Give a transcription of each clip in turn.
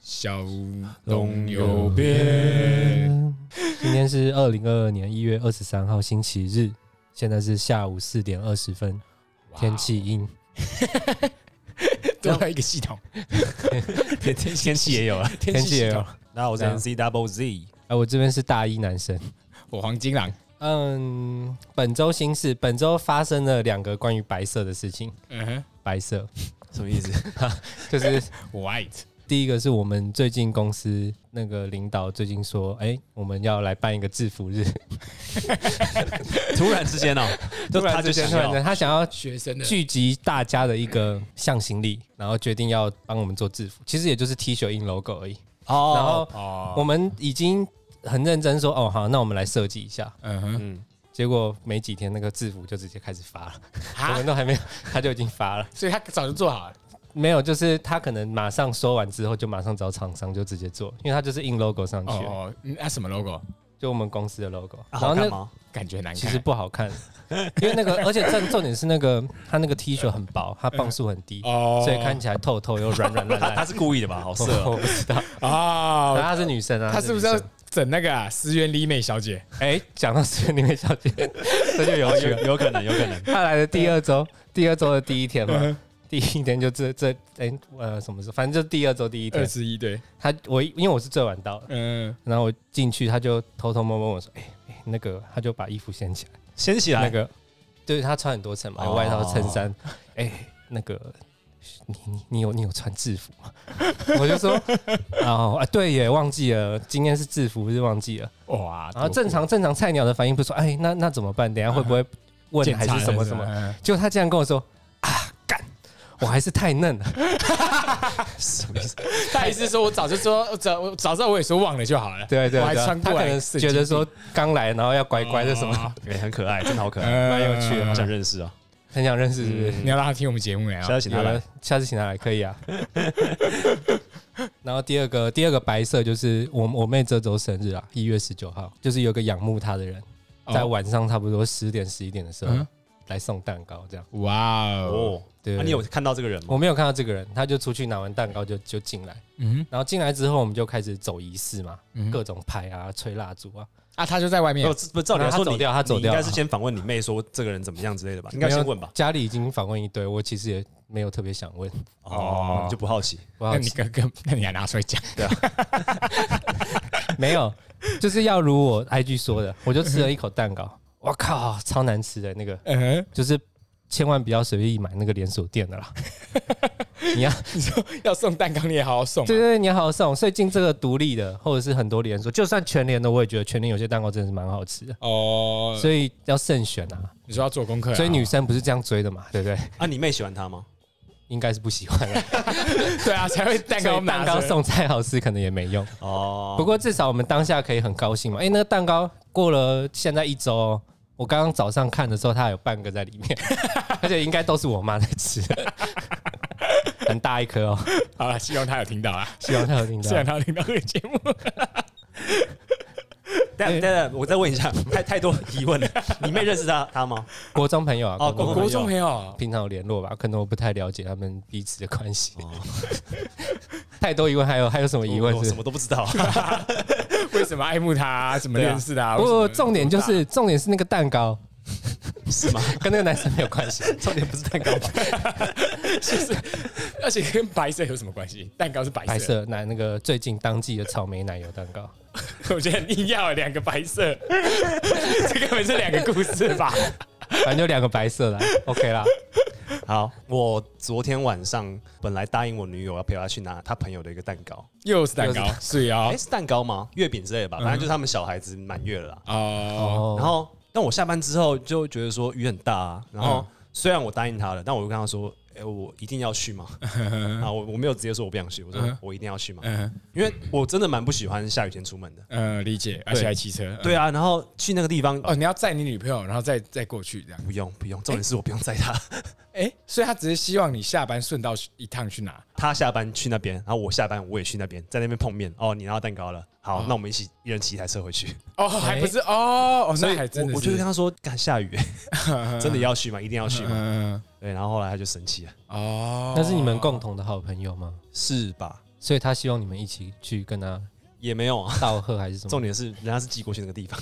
小龙东有有变变。今天是二零二二年一月二十三号星期日，现在是下午四点二十分，天气阴。多了一个系统，天天气也有啊。 天气也有系统。那我是这样 NC Double Z，哎、我这边是大一男生。我黄金狼，嗯，本周新事，本周发生了两个关于白色的事情。嗯哼白色什么意思？就是，White，第一个是我们最近公司那个领导最近说，哎、我们要来办一个制服日， 突然之间哦， 就突然他就之间想突然要间他想要学生的聚集大家的一个向心力，然后决定要帮我们做制服，其实也就是 T 恤印 logo 而已。哦然后我哦，们已经很认真说，哦好，那我们来设计一下。嗯哼，嗯，结果没几天，那个制服就直接开始发了，我啊们，都还没有，他就已经发了。所以他早就做好了，没有，就是他可能马上说完之后，就马上找厂商就直接做，因为他就是印 logo 上去，哦，嗯那什么 logo 就我们公司的 logo。啊然好后看那吗？感觉很难看，其实不好看，因为那个，而且重重点是那个他那个 T 恤很薄，它磅数很低，哦，所以看起来透透又软软烂他他烂。是故 意的吧？好色我哦，我不知道，哦，然后她是女生啊，他是不是女要生？整那个啊？石原里美小姐？哎，讲到这里面小姐，这就有趣了。哦有有可能，有可能。 他来的第二周，第二周的第一天嘛，第一天就这这哎呃什么时候？反正就第二周第一二天，十一对，他我因为我是最晚到的，嗯，然后我进去，他就偷偷摸摸我说：“哎、哎那个。”他就把衣服掀起来，掀起来那，个，对他穿很多层嘛，哦外套、衬衫，哎、那个。你你你有你有穿制服吗？ 我就说，哦啊对耶，忘记了，今天是制服日，忘记了。哇，然后正常正常菜鸟的反应不是说，哎那那怎么办？等一下会不会多问还是什么什么？么？结果他竟然跟我说啊干，我还是太 嫩了。什么意思？他意思是说我早就说，我早我早知道我也说忘了就好了，对啊对我还对穿，他过可能来，觉得说刚来，然后要乖乖的什么，哦，哎，很可爱，真的好可爱，嗯蛮有趣的好想认识啊！很想认识是不是？你要让他听我们节目哎下，次请他有来了，下次请他来可以啊。 然后第二个第二个白色就是我我妹这周生日啊，一月十九号，就是有个仰慕她的人，哦在晚上差不多十点十一点的时候、嗯来送蛋糕，这样。哇哦，哦。呃对，哦那你有看到这个人吗？我没有看到这个人，他就出去拿完蛋糕就就进来，嗯然后进来之后我们就开始走仪式嘛，嗯各种拍啊、吹蜡烛啊。啊，他就在外面哦，，不，照理来他说，走你掉他走你掉应该了是先访问你妹说这个人怎么样之类的吧？应应该先问吧。家里已经访问一堆，我其实也没有特别想 问。哦，你就不好奇，不好那意你思，跟跟那你还拿出来讲，没有，就是要如我 IG 说的，我就吃了一口蛋糕， 我靠，超难吃的那个，嗯哼，就是千万不要随意买那个连锁店的啦。你要要送蛋糕你也好好送啊，对对对，你要好好送。所以进这个独立的，或者是很多连锁，就算全联的，我也觉得全联有些蛋糕真的是蛮好吃的。哦，所以要慎选啊，你说要做功课啊，所以女生不是这样追的嘛，对不对？啊，你妹喜欢他吗？应该是不喜欢的， 对啊，才会 蛋糕所以蛋拿糕着，送再好吃可能也没用。哦，不过至少我们当下可以很高兴嘛。哎、那个蛋糕过了现在一周哦，我刚刚早上看的时候，它还有半个在里面， 而且应该都是我妈在吃，很大一 颗哦。好了，希望他有听到啊，希望她有听到希。望他有听到这个节目，等哎一下等一下，我再问一下，太太多疑问了。你妹认识他他吗？国中朋友啊，哦国中国朋友中中朋 友，平常有联络吧？可能我不太了解他们彼此的关系。太多疑问，还有还有什哦么疑问哦我我是什么都不知 道。为什么爱慕他啊，怎么对啊认识的啊？不为过什么重点就是重点是那个蛋糕是吗？跟那个男生没有关系。 重点不是蛋糕吧？而且跟白色有什么关系？蛋糕是白白色，色奶那个最近当季的草莓奶油蛋糕，我觉得你硬要有两个白色， 这根本是两个故事吧？反正就两个白色的啊，OK 啦。好，我昨天晚上本来答应我女友要陪她去拿她朋友的一个蛋糕，又是蛋糕，是哎、啊，是蛋糕吗？月饼之类的吧，反正就是他们小孩子满月了啦。嗯哦，哦，然后，但我下班之后就觉得说雨很大、啊，嗯然后虽然我答应她了，但我就跟她说。哎、我一定要 去嘛？啊，我我没有直接说我不想去，我说我一定要去嘛，嗯因为我真的蛮不喜欢下雨天出门的。呃，理解，而且还骑车，对啊，然后去那个地方，哦，你要载你女朋友，然后再再过去这样。不用不用，重点是我不用载她， 哎、所以他只是希望你下班顺道一趟去拿。她下班去那边，然后我下班我也去那边，在那边碰面。哦，你拿到蛋糕了，好，那我们一起一人骑一台车回去。哦，还不是哦，哦，所以那还真的我，我是，就跟他说，干 下雨，真的要去吗？一定要去吗？嗯，对，然后后来他就生气了，哦，那是你们共同的好朋友吗？是吧？所以他希望你们一起去跟他也没有啊。道贺还是什么？ 重点是人家是寄过去那个地方，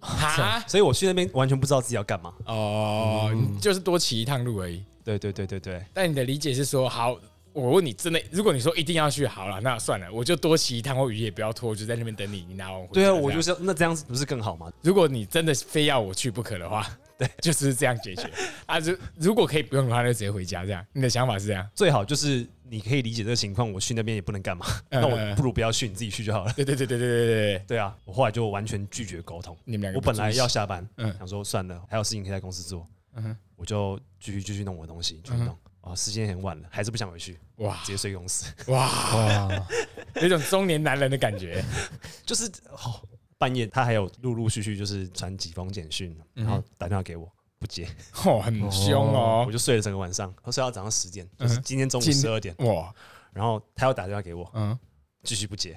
哈所以我去那边完全不知道自己要干嘛。哦，你就是多骑一趟路而已。对对对对对，但你的理解是说，好，我问你，真的，如果你说一定要去，好了，那算了，我就多骑一趟，我雨也不要拖，我就在那边等你，你拿完回家。，对啊，我就是是那这样子不是更好吗？如果你真的非要我去不可的 话，对，就是这样解决啊。如如果可以不用的话，那就直接回家。这样，你的想法是这样？最好就是你可以理解这个情况，我去那边也不能干嘛，嗯 那我不如不要去，你自己去就好了。对对对对对对对对，对啊，我后来就完全拒绝沟通。你们两个我不本来住一起要下班，嗯想说算了，还有事情可以在公司做，嗯哼嗯我就继续继续弄我的东西，继续弄。哦，时间很晚了，还是不想回去，哇直接睡公司。哇，哇，有一种中年男人的感觉。就是哦，半夜他还有陆陆续续就是传几封简讯，嗯然后打电话给我不接，哦，很凶哦我。就睡了整个晚上，我睡到早上十点，就是嗯今天中午今十二点，哇，然后他又打电话给我，嗯，继续不接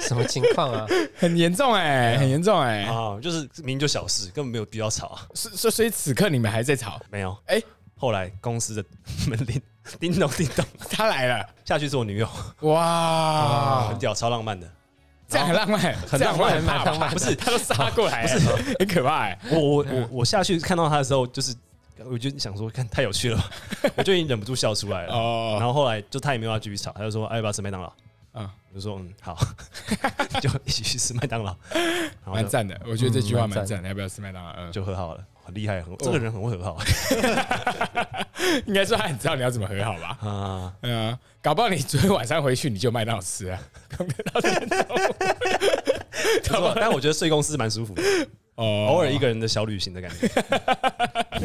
什么情况啊？很严重哎、很严重哎、啊，就是明明就小事，根本没有必要吵 啊，所所所以此刻你们还在吵，没有。哎后来公司的门铃叮咚叮咚他来了，下去是我女友，哇很，屌，超浪漫的。这样很浪漫，这样会很怕吧浪漫不是，他都杀过来，不是很可怕哎、 我我我我下去看到他的时候，就是我就想说，看太有趣了 吧，我就已经忍不住笑出来了。然哦，后后来就他也没有要继续吵，他就说：“哎，要不要吃麦当劳？”嗯，我就说：“嗯，好， 就一起去吃麦当劳。”然后蛮就赞的，我觉得这句话嗯蛮蛮赞赞的，要不要吃麦当劳？嗯，就和好了，很厉哦害，很这个人很会和好 应该说他很知道你要怎么和好吧？啊。嗯，搞不好你昨天晚上回去你就麦当劳吃啊，不错，但我觉得睡公司蛮舒服的，哦，偶尔一个人的小旅行的感觉。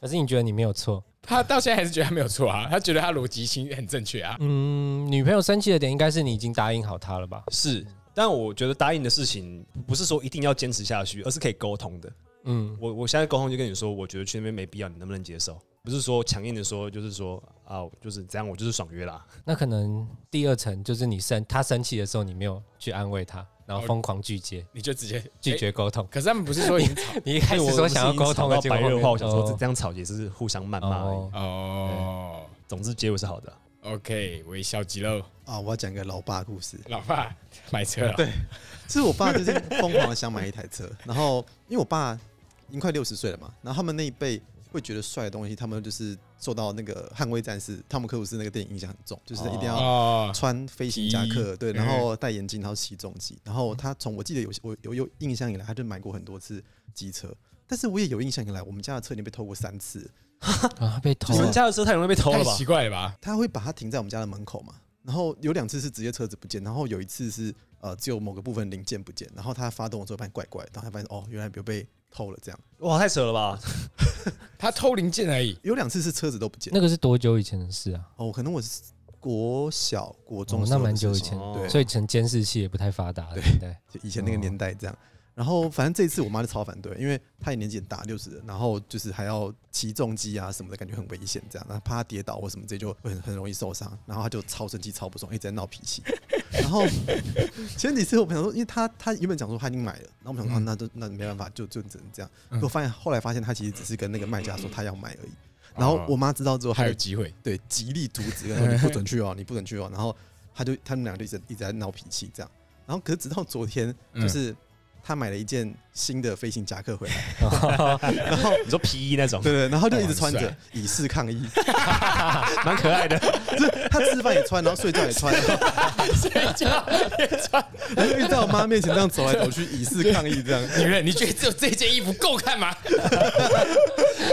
可是你觉得你没有错？他到现在还是觉得他没有错啊，他觉得他逻辑性很正确啊，嗯，女朋友生气的点应该是你已经答应好她了吧？是，但我觉得答应的事情不是说一定要坚持下去，而是可以沟通的。嗯，我我现在沟通就跟你说，我觉得去那边没必要，你能不能接受？不是说强硬的说，就是说啊，就是这样，我就是爽约啦。那可能第二层就是你生她生气的时候，你没有去安慰她，然后疯狂拒哦接你就直接哎拒。绝沟通。可是他们不是说已经吵你 一开始说想要沟通因为我的，结果哎我是已经吵到白后 热面化，我想说哦这这样吵也是互相谩骂而已哦。哦总之结尾是好的。 ，OK，微笑肌肉，啊，我要讲个老爸故事。老爸买车了，对，其实我爸就是疯狂的想买一台车，然后因为我爸已经快六十岁了嘛，然后他们那一辈会觉得帅的东西，他们就是受到那个《捍卫战士》汤姆克鲁斯那个电影影响很重，就是一定要哦，穿飞行夹克，对，嗯然后戴眼镜，然后骑重机，然后他从我记得有我有有印象以来，他就买过很多次机车，但是我也有印象以来，我们家的车已经被偷过三次，啊，被偷你了们。家的车太容易被偷太了吧？奇怪了吧？他会把它停在我们家的门口嘛，然后有两次是直接车子不见，然后有一次是呃只有某个部分零件不见，然后他发动的时候发现怪怪的，然后他发现哦原来有被偷了这样，哇，太扯了吧！他偷零件而已，有两次是车子都不见，那个是多久以前的事啊？哦可能我是国小国中、哦那蛮久以前的对，所以可能监视器也不太发达，对不对？就以前哦那个年代这样。然后反正这一次我妈就超反对，因为她也年纪很大，六十，然后就是还要骑重机啊什么的，感觉很危险这样，然后怕她跌倒或什么，这就会很很容易受伤。然后她就超生气、超不爽，一直在闹脾气。然后前几次我朋友说，因为她她原本讲说她已经买了，然后我们想嗯说、啊那就那没办法，就就只能这样。我发现后来发现她其实只是跟那个卖家说她要买而已。然后我妈知道之后，嗯哦她还就有机会，对，极力阻止，跟他说你不准去哦，你不准去哦。然后他就他们俩就一直一直在闹脾气这样。然后可是直到昨天，嗯就是他买了一件新的飞行夹克回来， 你说皮衣那种， 对对，然后就一直穿哇很着以示抗议， 蛮可爱的。就是他吃饭也穿，然后睡觉 也穿，睡觉也穿，然后就一直在我妈面前这样走来走去以示抗议这样。女人，你觉得只有这件衣服够看 吗？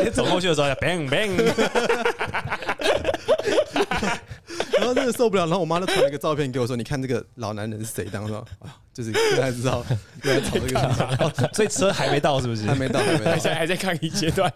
你走过去的时候，bang bang，然后真的受不了，然后我妈就传了一个照片给我说：“你看这个老男人是谁？”当时说啊，就是大家知道又在吵这个事情，所以车还没到，是不是？还没到，还没现到在，还在抗议阶段，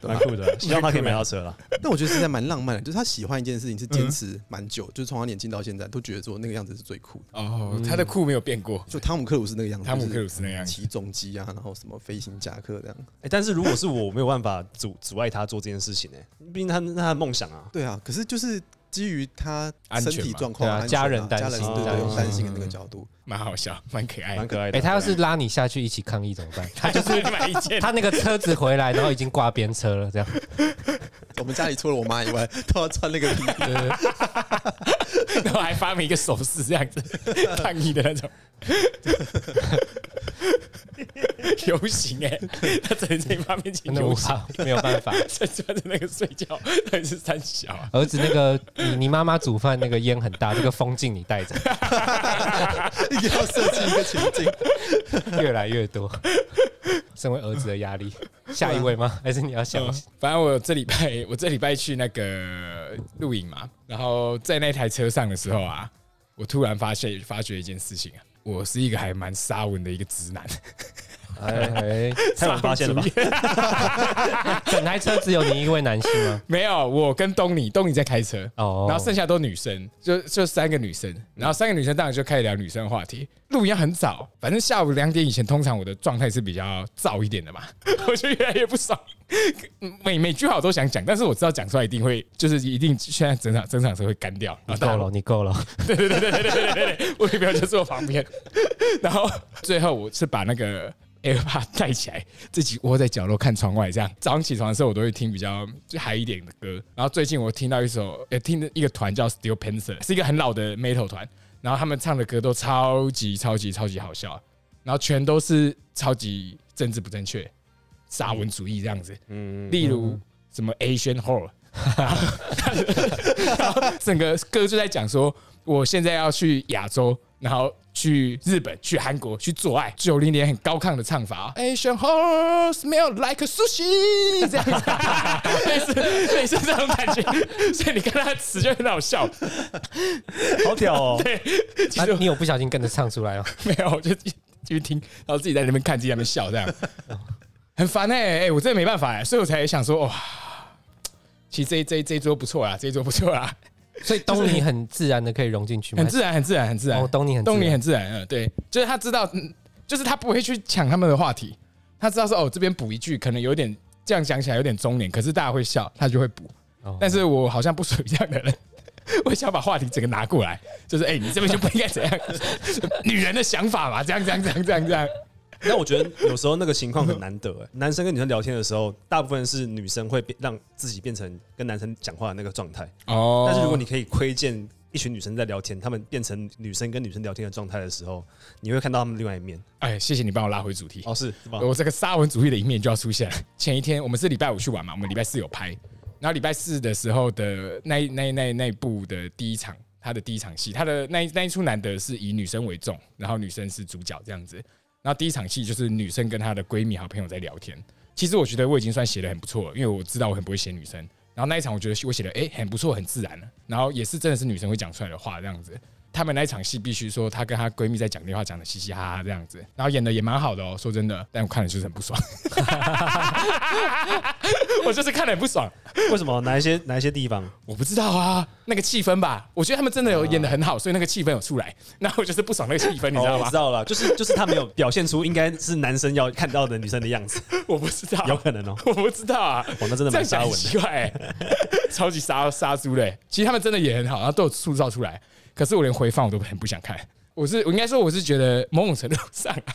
蛮酷的，希望他可以买到车了。但我觉得实在蛮浪漫的，就是他喜欢一件事情嗯是坚持蛮久，就是从他年轻到现在都觉得说那个样子是最酷的。哦，他的裤没有变过，就汤姆克鲁斯那个样子，汤姆就是克鲁斯那样子骑重机啊，然后什么飞行夹克这样。哎，但是如果是我，我没有办法阻阻碍他做这件事情呢，哎毕竟他那他的梦想啊。对啊，可是就是基于他安身全体嘛状况、对啊安全家人担家人心对家人对有担心的嗯那个角度，蛮好笑，蛮可爱蛮的。可爱的，哎，他要是拉你下去一起抗议怎么办？他就是买一件，他那个车子回来，然后已经挂边车了，这样我们家里除了我妈以外， 都要穿那个皮衣。然后还发明一个手势这样子抗议的那种， 游行哎、他只能在一方面去 真的无游行，法没有办法。 再穿着那个睡觉，那是三小啊，儿子那个你你妈妈煮饭那个烟很大，这个风镜你带着，一定要设计一个情境。越来越多。 身为儿子的压力，下一位吗？还是你要想？反正我这礼拜我这礼拜去那个露营嘛，然后在那台车上的时候啊，我突然发现发觉一件事情啊，我是一个还蛮沙文的一个直男， 哎， 太晚发现了吧？ 整台车只有你一位男性吗？没有，我跟东尼，东尼在开车，哦然后剩下都女生，就就三个女生，然后三个女生当然就开始聊女生的话题。录音很早，反正下午两点以前，通常我的状态是比较燥一点的嘛， 我就越来越不爽。每每句话我都想讲，但是我知道讲出来一定会，就是一定现在整场整场车会干掉。你然后大够家了，你够了。我女朋友就坐我旁边，然后最后我是把那个 AirPod 带起来，自己窝在角落看窗外，这样早上起床的时候我都会听比较就嗨一点的歌。然后最近我听到一首，也听的一个团叫 Steel Panther，是一个很老的 metal 团，然后他们唱的歌都超级超级超级好笑，然后全都是超级政治不正确、沙文主义这样子。嗯，例如什么 Asian Hole，然后整个歌就在讲说，我现在要去亚洲，然后去日本、去韩国去做爱，九零年很高亢的唱法，Asian 啊 Hole smell like sushi，这样子，类似类似这种感觉，所以你看他的词就很好笑，好屌哦！其啊实，你有不小心跟着唱出 来哦。没有，我就继续听，然后自己在那边看，自己在那边笑，这样很烦哎、欸欸我真的没办法哎、所以我才想说，哇，其实这一这一这一桌不错啦，这一桌不错啦，所以东尼很自然的可以融进去吗？很自然，很自然，很自然。哦，东尼很自然动力很自然，嗯，对，就是他知道，嗯就是他不会去抢他们的话题，他知道说哦，这边补一句，可能有点这样讲起来有点中年，可是大家会笑，他就会补。哦但是我好像不属于这样的人， 我想把话题整个拿过来，就是哎、你这边就不应该怎样， 女人的想法嘛，这样这样这样这样这样。但我觉得有时候那个情况很难得、欸，男生跟女生聊天的时候，大部分是女生会变让自己变成跟男生讲话的那个状态。哦但是如果你可以窥见一群女生在聊天，她们变成女生跟女生聊天的状态的时候，你会看到她们另外一面。哎，谢谢你帮我拉回主题。哦，是是吧？我这个沙文主义的一面就要出现了。前一天我们是礼拜五去玩嘛，我们礼拜四有拍，然后礼拜四的时候的那一那一那一那一部的第一场，他的第一场戏，他的那一那一出难得是以女生为重，然后女生是主角这样子。然后第一场戏就是女生跟她的闺蜜好朋友在聊天。其实我觉得我已经算写的很不错了，因为我知道我很不会写女生。然后那一场我觉得我写的哎、诶很不错，很自然了。然后也是真的是女生会讲出来的话这样子。他们那一场戏必须说她跟她闺蜜在讲电话，讲的嘻嘻哈哈这样子，然后演的也蛮好的哦。说真的，但我看了就是很不爽， 我就是看了很不爽。为什么？哪一些哪一些地方？我不知道啊，那个气氛吧，我觉得他们真的有演的很好，所以那个气氛有出来。然后我就是不爽那个气氛，你知道哦我吗知？道了，就是 就是她没有表现出应该是男生要看到的女生的样子，我不知道，有可能哦、 我不知道啊，哇那真的这蛮样讲沙很文的。奇怪、欸， 超级杀杀猪嘞。其实他们真的也很好，然后都有塑造出来。可是我连回放我都很不想看。我是我应该说我是觉得某种程度上、啊，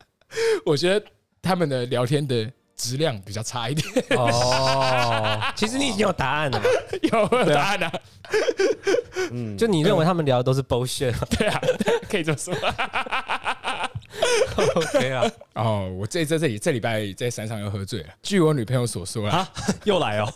我觉得他们的聊天的质量比较差一点。 哦，其实你已经有答案了嘛，有没有答案啊？嗯，就你认为他们聊的都是 bullshit 对啊，可以这么说。 OK 啊？哦，我这这这里这礼拜在山上又喝醉了。据我女朋友所说啦，啊，又来哦、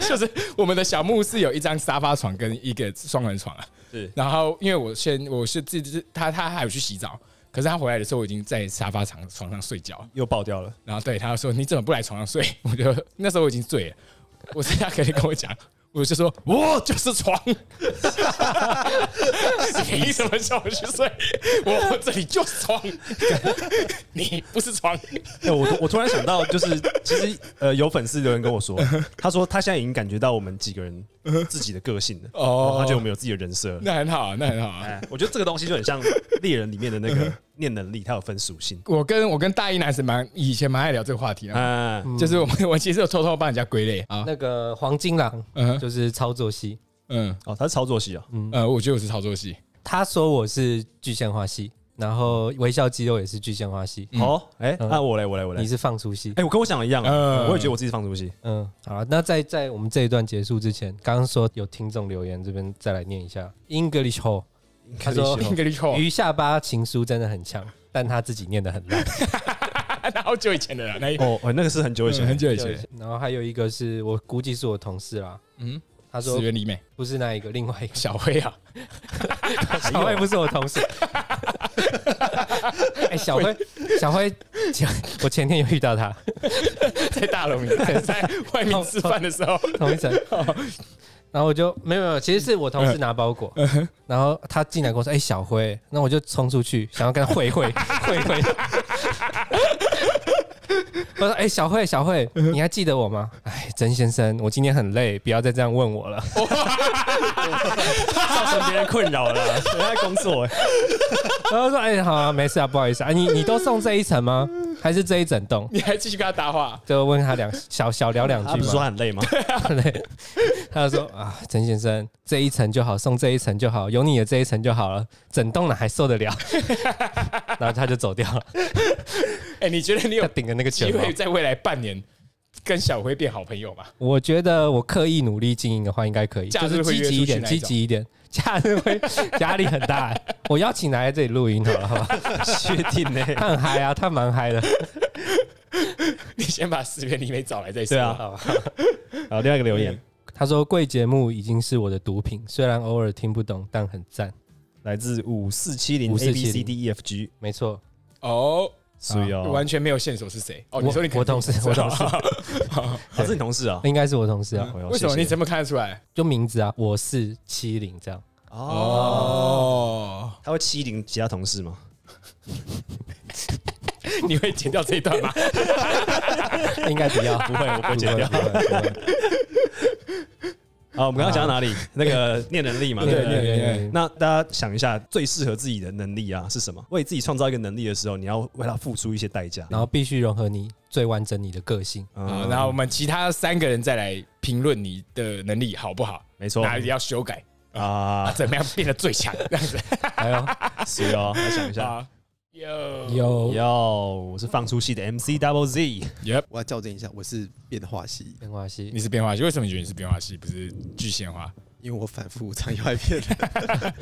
就是我们的小木是有一张沙发床跟一个双人床啊。是然后因为我先我是自己他他还有去洗澡，可是他回来的时候我已经在沙发床床上睡觉了。又爆掉了。然后对他就说你怎么不来床上睡？我就 那时候我已经醉了，我是他可以跟我讲。 我就说，我就是床， 你凭什么叫我去睡？我这里就是床， 你不是床，哎、我突我突然想到，就是其实呃，有粉丝留言跟我说，他说他现在已经感觉到我们几个人自己的个性了，哦哦，他觉得我们有自己的人设。那很好啊，那很好啊。哎，我觉得这个东西就很像猎人里面的那个念能力，它有分属性。我跟我跟大一男神蛮以前蛮爱聊这个话题啊，啊，嗯就是我们我 其实有偷偷帮人家归类啊，那个黄金狼嗯就是操作系，嗯哦，他是操作系啊，呃，我觉得我是操作系，他说我是具象化系，然后微笑肌肉也是具象化系，好，哎，嗯那我来，我来，我来你。是放出系。哎，我跟我想的一样啊嗯，我也觉得我自己是放逐系。嗯，好，那在在我们这一段结束之前，刚刚说有听众留言，这边再来念一下 English Hole，他说 English Hall 鱼下巴情书真的很强，但他自己念的很烂。那好久以前的了，那一哦，哎那个是很久以前，嗯很久以前，然后还有一个是我估计是我同事啦，嗯，他说石原里美、不是那一个，另外一个小辉啊，小辉不是我同事。 哎，小辉，小辉，前我前天有遇到他，在大楼里面，在外面吃饭的时候，同一层。然后我就没有没有，其实是我同事拿包裹，然后他进来跟我说：“哎、小辉。”那我就冲出去，想要跟他会会会会。我说：“哎、小辉，小辉，你还记得我吗？”哎，曾先生，我今天很累，不要再这样问我了。造成别人困扰了啦，人家在工作，哎然后说：“哎、好啊，没事啊，不好意思啊，你你都送这一层吗？还是这一整栋你还继续跟他搭话？”，就问他两小小聊两他句不是嘛。说他很累吗？对，他就说：“啊，曾先生，这一层就好，送这一层就好，有你的这一层就好了，整栋哪还受得了？” 然后他就走掉 了，哎，你觉得你他有顶着那个机球帽会。在未来半年跟小辉变好朋友吗？ 我觉得我刻意努力经营的话，应该可以，假就日是会积约极出去一点，那积一种极一点。假日会 压力很大、欸，我邀请来这里录音好了，好 吧？确定欸呢？他很嗨啊，他蛮嗨的。你先把石原里美找来再说。对啊好吧好，另外一个留言他说贵节目已经是我的毒品，虽然偶尔听不懂，但很赞。来自五四七零 A B C A D E F G，没错，哦，所以哦，完全没有线索是谁？哦，我你说你我同事我 同事他是你同事啊？应该是我同事啊，哎呦为什么？谢谢你怎么看得出来？就名字啊，我是七零这样。哦，哦，他会欺凌其他同事吗？你会剪掉这一段吗？ 应该不要，不会，我不会不剪会掉。不会不会啊，我们刚刚讲到哪里？那个念能力嘛，对对对不对。对对那大家想一下，最适合自己的能力啊是什么？为自己创造一个能力的时候，你要为他付出一些代价。然后必须融合你最完整你的个性。好，嗯，然后我们其他三个人再来评论你的能力好不好？没错哪里要修改？啊，怎么样变得最强？这样子还有是 哦，来想一下。啊，有有哟，我是放出戏的 MC Double Z，我要校正一下，我是变化系，变化系你是变化系，为什么你觉得你是变化系，不是具现化？因为我反复常用 iPad。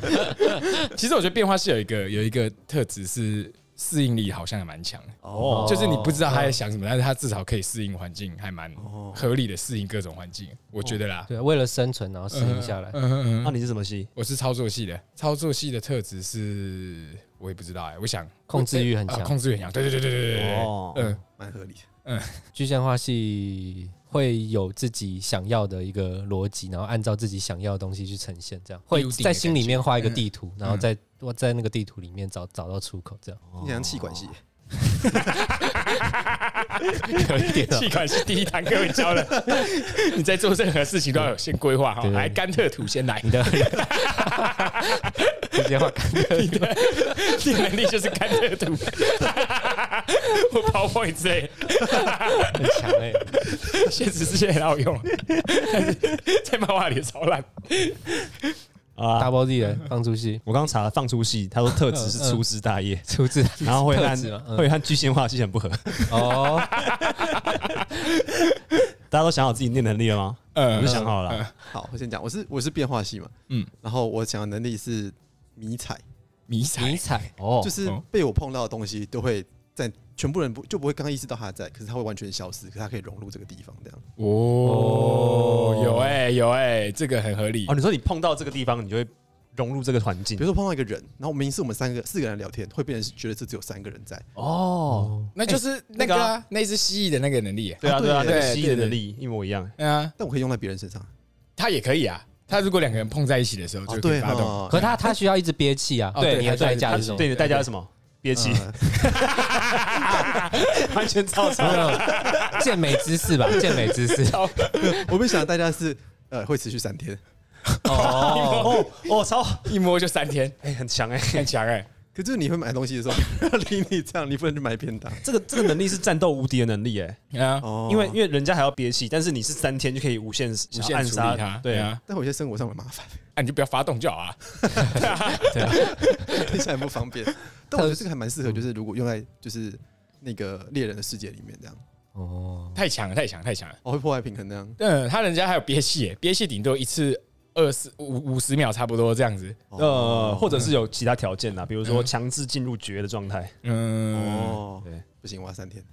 其实我觉得变化系有一个有一个特质是适应力好像也蛮强的，哦就是你不知道他在想什么，但是他至少可以适应环境，还蛮合理的适应各种环境，我觉得啦。对，为了生存然后适应下来。嗯嗯那嗯，啊你是什么戏？我是操作系的，操作系的特质是我也不知道哎，我想控制欲很啊强控制欲很强，对对对对对对对，哦 嗯，蛮合理的。具象化系会有自己想要的一个逻辑，然后按照自己想要的东西去呈现，这样会 Building 的在心里面画一个地图，觉然后在我在那个地图里面找找到出口，这样你像气管系，有一点哦气管是第一堂课会教 的，你在做任何事情都要有先规划好，对对对来甘特图先来，你的直接画干你的你的能力就是甘特图， 我 PowerPoint 之类的，很强 哎、现实世界很好用， 但是在漫画里超烂。啊！ Double D 的放出系，我刚查了放出戏，他说特质是粗枝大叶，出自然后会嗯特和质吗嗯会和巨线化系很不合。哦， 大家都想好自己念能力了吗？我呃就想好了啦，好，我先讲，我是我是变化系嘛，嗯嗯，然后我想的能力是迷彩，迷彩迷 彩哦就，是被我碰到的东西都会在全部人不就不会刚意识到它在，可是它会完全消失，可是它可以融入这个地方，这嗯样哦，有哎、有哎、这个很合理哦，。你说你碰到这个地方，你就会融入这个环境比如。说碰到一个人，然后明明是我们三个四个人聊天，会变成觉得这只有三个人在，哦，那就是那个、啊那只蜥蜴的那个能力、对啊，啊对啊，对那对个蜥蜴对的对能力一模一样。嗯啊，但我可以用在别人身上。它也可以啊。它如果两个人碰在一起的时候，哦，就可以对发动。哈， 可他他需要一直憋气啊，哦对对你的他需要代价是什么？对，你的代价是什么？憋气，呃 完全超超没。有 健美姿势吧，健美姿势我们想的代价是呃会持续三天，哦，哦哦，超一摸就三天，哎，很强哎。很强哎、可就是你会买东西的时候， 不要理你这样，你不能去买便当这个这个能力是战斗无敌的能力哎，啊，哦，因为因为人家还要憋气，但是你是三天就可以无限无无限暗处杀理它。对啊，啊，但我有些生活上的麻烦， 那、你就不要发动就好啊。听起来很不方便。但我觉得这个还蛮适合，就是如果用在就是那个猎人的世界里面这样，哦，太强了，太强了，太强了。哦，会破坏平衡那样。嗯，他人家还有憋气耶，憋气顶多一次二十五五十秒差不多这样子。呃，或者是有其他条件啊啦，比如说强制进入绝的状态，嗯，哦，对，不行，我要三天。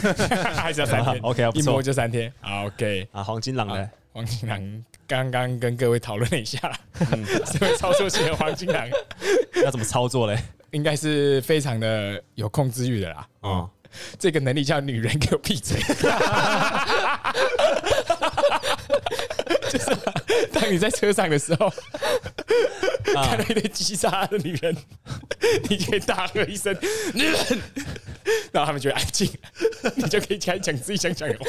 还是要三天 OK 啊，不一摸错就三天。好 OK，啊，黄金狼好呢？黄金狼刚刚跟各位讨论了一下，身为操作系的黄金狼嗯 要怎么操作嘞？应该是非常的有控制欲的啦。哦，这个能力叫女人给我闭嘴。就是当你在车上的时候，看到一堆击杀的女人，你可以大喝一声“女人”，然后他们就会安静，你就可以开始讲自己想讲的话。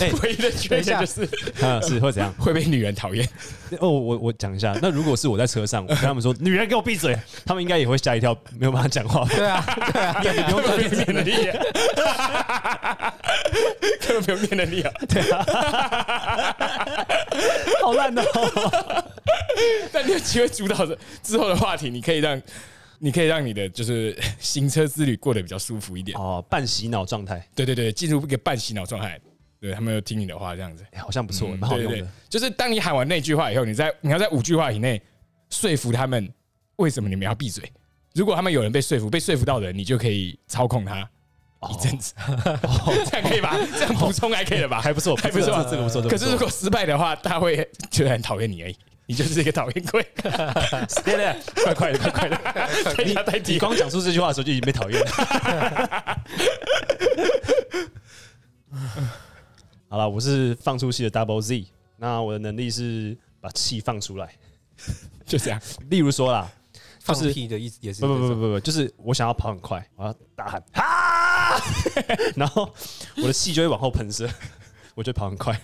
哎唯一的缺等一陷下 就是啊，是会怎样？会被女人讨厌。 哦，我我讲一下，那如果是我在车上，我跟他们说“女人给我闭嘴”，他们应该也会吓一跳，没有办法讲话。对 啊，对啊，你不用念能力，根本不用念能 力啊！ 好烂哦！但你有机会主导着之后的话题，你可以让你可以让你的就是 行车之旅过得比较舒服一点。哦，半洗脑状态，对对对，进入一个半洗脑状态，对他们有听你的话这样子，哎好像不错，嗯蛮好对用对对的。，就是当你喊完那句话以后，你在你要在五句话以内说服他们为什么你们要闭嘴。如果他们有人被说服，被说服到的人，你就可以操控他哦一阵子， 这样可以吧？这样补充还可以了吧？ 还不错，还不错哦啊这个这个不错。这个可不是如果失败的话，他会觉得很讨厌你而已，你就是一个讨厌鬼。啊错 对对，对快快的，快快 的，被他代你替。光讲出这句话的时候就已经被讨厌了。好了，我是放出气的 Double Z，那我的能力是把气放出来。就这样。例如说啦，放是屁的意思也是不不不这不种不，就是我想要跑很快，我要大喊啊， 然后我的气就会往后喷射， 我就跑很快，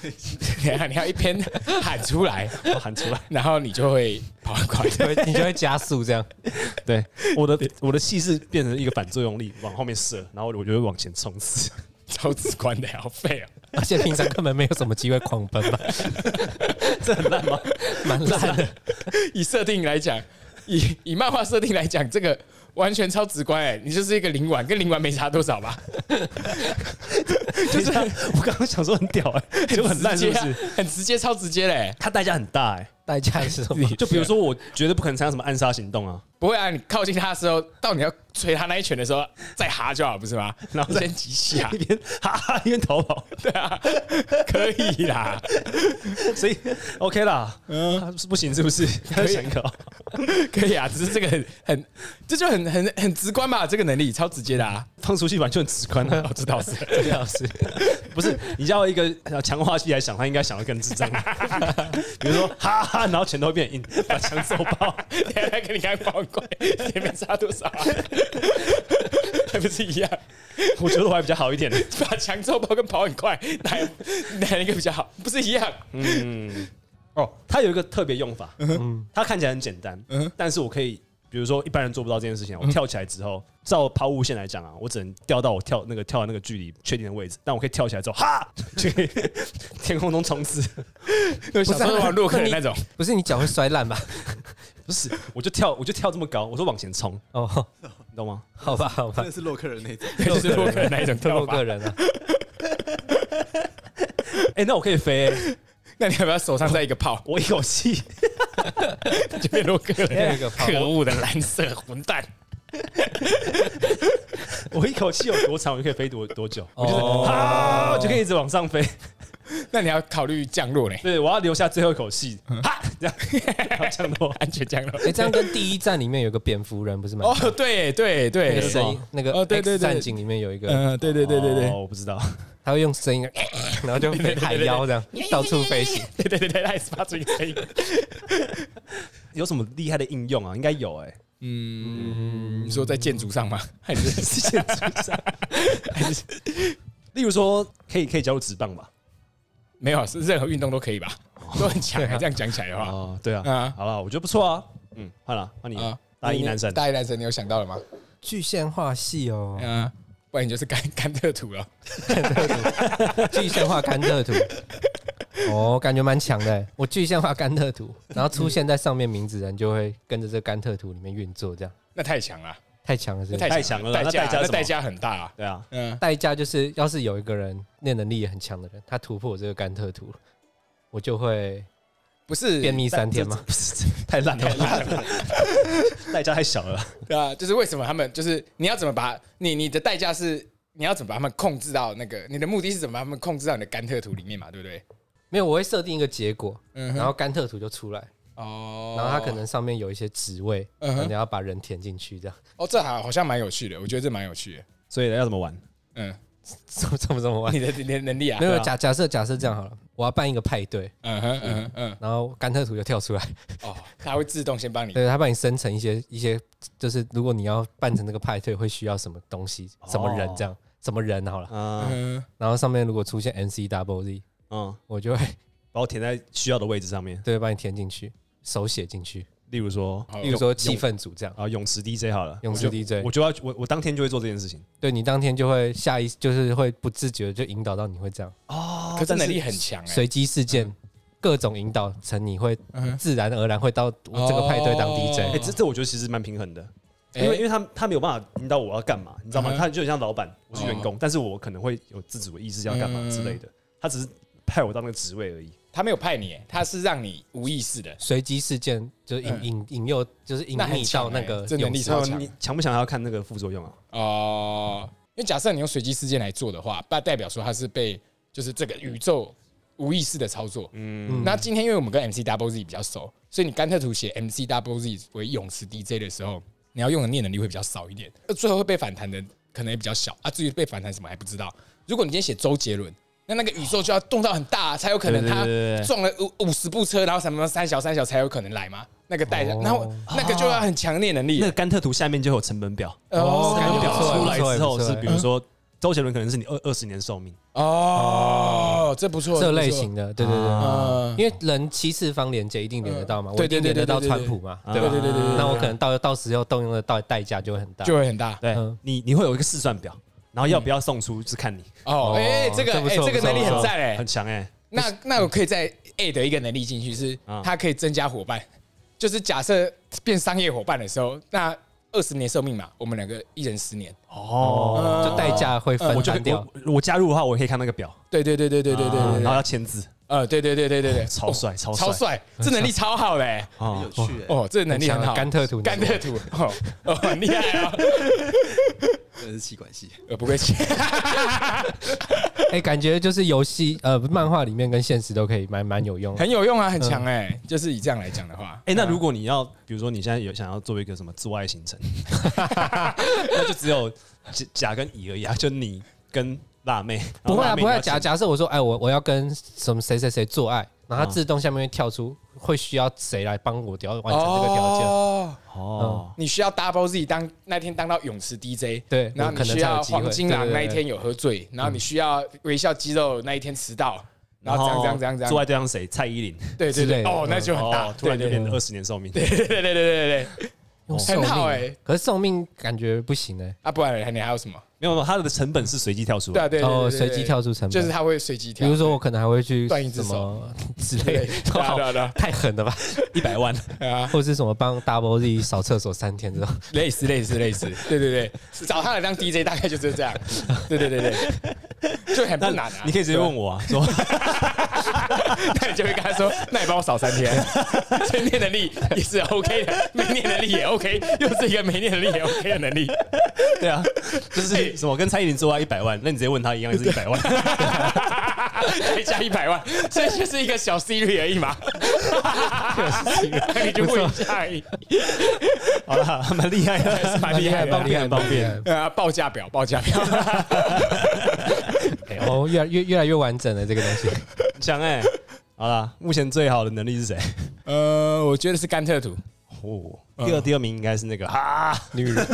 你要你要一边喊出来，我喊出来。然后你就会跑很快。就会你就会加速这样。 对，我的我的气是变成一个反作用力，往后面射，然后我就会往前冲刺。超直观的，好废哦！而且平常根本没有什么机会狂奔 吧，这很烂吗？蛮烂的。以设定来讲，以以漫画设定来讲，这个完全超直观哎，你就是一个灵丸，跟灵丸没差多少吧？就是 我刚刚想说很屌哎、结果很烂是直不接啊是？很直接，超直接嘞！它代价很大哎、代价是什么？你就比如说，我绝对不可能参加什么暗杀行动啊，不会啊，你靠近他的时候，到你要捶他那一拳的时候，再哈就好，不是吗？然后再先急下啊一，边哈哈一边逃跑，可以啦，所以 OK 啦，嗯，是不行是不是？要想一个哦 可以啊，只是这个很很，这就很很很直观吧，这个能力超直接的 啊，哦放出去版就很直观啊我，知道是。这样是不是你叫一个呃强化器来想，他应该想的更智障。比如说哈哈，然后拳头变硬，把墙揍爆，等一下再跟你开放怪也没差多少、啊， 还不是一样？我觉得我还比较好一点。把强揍爆跟跑很快，哪哪一个比较好？不是一样？哦，它有一个特别用法，它看起来很简单，但是我可以，比如说一般人做不到这件事情，啊我跳起来之后，照抛物线来讲啊，我只能掉到我跳那个跳的那个距离确定的位置，但我可以跳起来之后，哈， 就可以天空中冲刺，我啊小时候玩洛克人那啊那种，不是你脚会摔烂吧？不是，我就跳，我就跳这么高，我说往前冲，哦，你懂吗？好吧，好吧真，的是洛克人那种，对，就是洛克人那一种透跳露法个。人啊，哎，那我可以飞欸，那你要不要手上再一个炮，我有气，就变洛克再人？一个炮可恶的蓝色混蛋！ 我一口气有多长，我就可以飞多多久，我就是哦哈，我就可以一直往上 飞。那你要考虑降落嘞，对，我要留下最后一口气，哈，这样， 然后降落。安全降落。哎，这样跟第一站里面有个蝙蝠人不是吗？哦，对对那对个，声音，那个哦对对对 X 战警里面有一个，嗯，对对对对对哦，我不知道。 他会用声音，然后就飞海 妖这样到处飞行。对对对对，他是发出一个声音。 有什么厉害的应用啊？应该有哎、嗯，你说在建筑上吗？还是是建筑上，例如说可以可以加入直棒吧？没有，啊是任何运动都可以吧，都很强啊。这样讲起来的话，哦，对啊，啊好了，我觉得不错啊。嗯，换了，换你啊，大一你男神大一男神，你有想到了吗？具现化系哦，嗯，不然你就是甘甘特图了。具现化甘特图， 哦，感觉蛮强的欸。我具现化甘特图，然后出现在上面名字人就会跟着这甘特图里面运作，这样那太强了，太强了是不那是太太强了代价那代价那什么代价很大啊。对啊，嗯，代价就是，要是有一个人念能力也很强的人，他突破我这个甘特图，我就会不是便秘三天吗吗？？ 太烂了， 代价太小了。对啊，就是为什么他们就是你要怎么把你你的代价是你要怎么把他们控制到那个你的目的是怎么把他们控制到你的甘特图里面嘛，对不对？没有，我会设定一个结果，嗯哼然后甘特图就出来，哦然后它可能上面有一些职位，嗯哼然后你要把人填进去，这样 哦，这好好像蛮有趣的，我觉得这蛮有趣的。所以要怎么玩？嗯，怎么怎么 怎么玩你？的你的能力啊没，有对啊假假设假设这样好了，我要办一个派对，嗯哼嗯哼嗯，然后甘特图就跳出来，哦，它会自动先帮你，对他帮你生成一些一些，就是如果你要办成这个派对，会需要什么东西、什么哦人这样、什么人好了，嗯嗯，然后上面如果出现 MC Double Z，嗯，我就会。把我填在需要的位置上面对帮你填进去，手写进去，例如说好例如说气氛组这样，啊，泳池 DJ 好了，勇士 DJ，我就要我我当天就会做这件事情。对你当天就会下一就是会不自觉地就引导到你会这样，哦可是能力很强哎，随机事件。各种引导成你会嗯哼自然而然会到我这个派对当哦 DJ，、哎，这这我觉得其实蛮平衡的，哎因为因为他他没有办法引导我要干嘛，你知道吗嗯？哼他就很像老板，我是员哦工，但是我可能会有自主的意识要干嘛嗯之类的。他只是派我到那个职位而已。他没有派你欸，他是让你无意识的，随机事件就是引嗯引引诱，就是引那很你强到那欸个这能勇力士超强你强不强还要看那个副作用啊？哦，因为假设你用随机事件来做的话，那代表说它是被就是这个宇宙无意识的操作。嗯，那今天因为我们跟 MC Double Z 比较熟，所以你甘特图写 MC Double Z 为泳池 DJ 的时候，你要用的念能力会比较少一点，呃最后会被反弹的可能也比较小啊。至于被反弹什么还不知道。如果你今天写周杰伦。那那个宇宙就要动到很大、才有可能他对对对对撞了五五十部车，然后什么三小三小才有可能来吗？那个代价，哦然后那个就要很强烈能力那个甘特图下面就有成本表，哦成本表不错出来之不后错不是错比如说周杰伦可能是你二二十年寿命，哦，这不错，这不错类型的，对对对，嗯，因为人七次方连接一定连得到嘛，嗯我一定对对对连得到对对川普嘛，对吧？对对对对对那我可能到到时候动用的到代价就会很大，就会很大对嗯你你会有一个试算表，然后要不要送出是看你，哦。哎，哦这个这不哎，错这个不错能力很不赞哎很。强哎，那那我可以再 A 的一个能力进去，是啊它可以增加伙伴，就是假设变商业伙伴的时候，那二十年寿命嘛，我们两个一人十年。哦，就代价会分我就摊掉。我我加入的话，我可以看那个表，啊对对对对对对对对然后啊对，要签字，呃，对对对对对 对，超帅超超帅帅，这能力超好嘞。很哦有，趣哎、哦，这能力很好，甘特图能力甘特图，哦，哦 很厉害哦，欸真的是气管系。呃，不会 写，哎，感觉就是游戏呃漫画里面跟现实都可以蛮蛮有用的。很有用啊，很强哎。嗯就是以这样来讲的话，哎，那如果你要，比如说你现在有想要做一个什么做爱行程， 那就只有甲甲跟乙而已啊，就你跟辣妹，不会啊，不会啊。假假假，假设我说，哎，我我要跟什么谁谁谁做爱，然后它自动下面会跳出会需要谁来帮我调完成这个条件。哦哦，你需要 Double Z 当那天当到泳池 DJ，对然后我你可能需才要有机会黄金狼对对那对一天有喝醉，然后你需要微笑肌肉那一天迟到，然后这样这样这样这做爱样，对象谁？蔡依林，对对之类对，的哦，那就很大哦，，突然就对变对成二十年寿命，对对对对对对对，用寿很命好啊欸，可是寿命感觉不行哎。啊，不然你还有什么？没有，没有，它的成本是随机跳出对的。啊对，对对哦，对随机跳出成本，就是它会随机比跳，如说我可能还会去断一只什么 之类对的，对 啊对啊对啊太狠了吧？一百 万，啊，或者是什么帮 Double Z 扫厕所三天这种，类似类似类似，对对对，找他来当 DJ 大概就是这样，对对对对，就很不难啊，你可以直接问我啊，说 那你就会跟他说，那你帮我扫三 天，所以念能力也是 OK 的，没念能力也 OK，又是一个没念能力也 OK 的能力。 对啊，就是什么跟蔡依林做爱一百万，那你直接问他一样也是 一百万，再加一百万，所以就是一个小 Siri 而已嘛。那你就问一下而已，好啦，蛮厉害的，蛮厉害的方便很方便。。呃，报价表，报价表，哎哦，越来越越来越完整了这个东西。很强哎，好啦，目前最好的能力是谁？ 呃，我觉得是甘特图，哦，嗯第二第二名应该是那个啊，女人，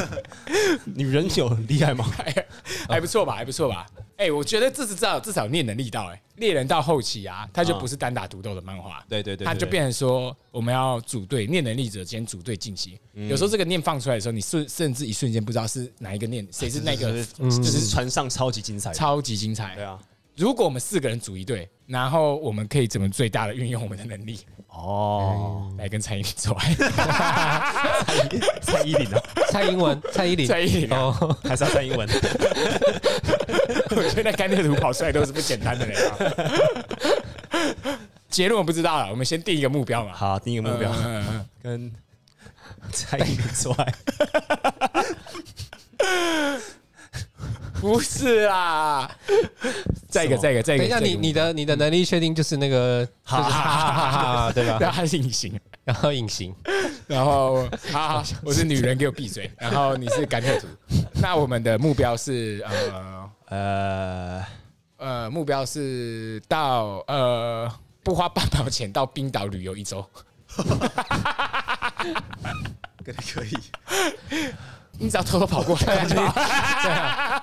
女人有厉害吗？还 还不错吧，还不错吧。哎、我觉得这至少至少你也能力到哎、猎人到后期啊，他就不是单打独斗的漫画，对对对对他就变成说我们要组队，念能力者间组队进行。嗯有时候这个念放出来的时候，你瞬甚至一 瞬间不知道是哪一个念，谁是那个，嗯就是船上超级精彩，超级精彩。对啊，如果我们四个人组一队，然后我们可以怎么最大的运用我们的能力哦，来跟蔡英文做爱？ 哎 蔡依林啊，蔡英文，蔡依林，蔡依林啊哦，还是要蔡 英文？我觉得干练图跑出来都是不简单的人、啊。 结论我不知道了，我们先定一个目标嘛。好，第一个目标嗯嗯嗯跟蔡依林做 爱，嗯不是啊啦， 再一个，什么再一个，再一等个。一下，再你个你的你的能力确定就是那个，就是哈哈哈哈，对对，吧？他是隐形。然后隐形， 然后，好好，我是女人，给我闭 嘴。然后你是干练图，那我们的目标是呃呃，呃，目标是到呃不花半毛钱到冰岛旅游一周。可以 可以，你只要偷偷跑过来就 好，啊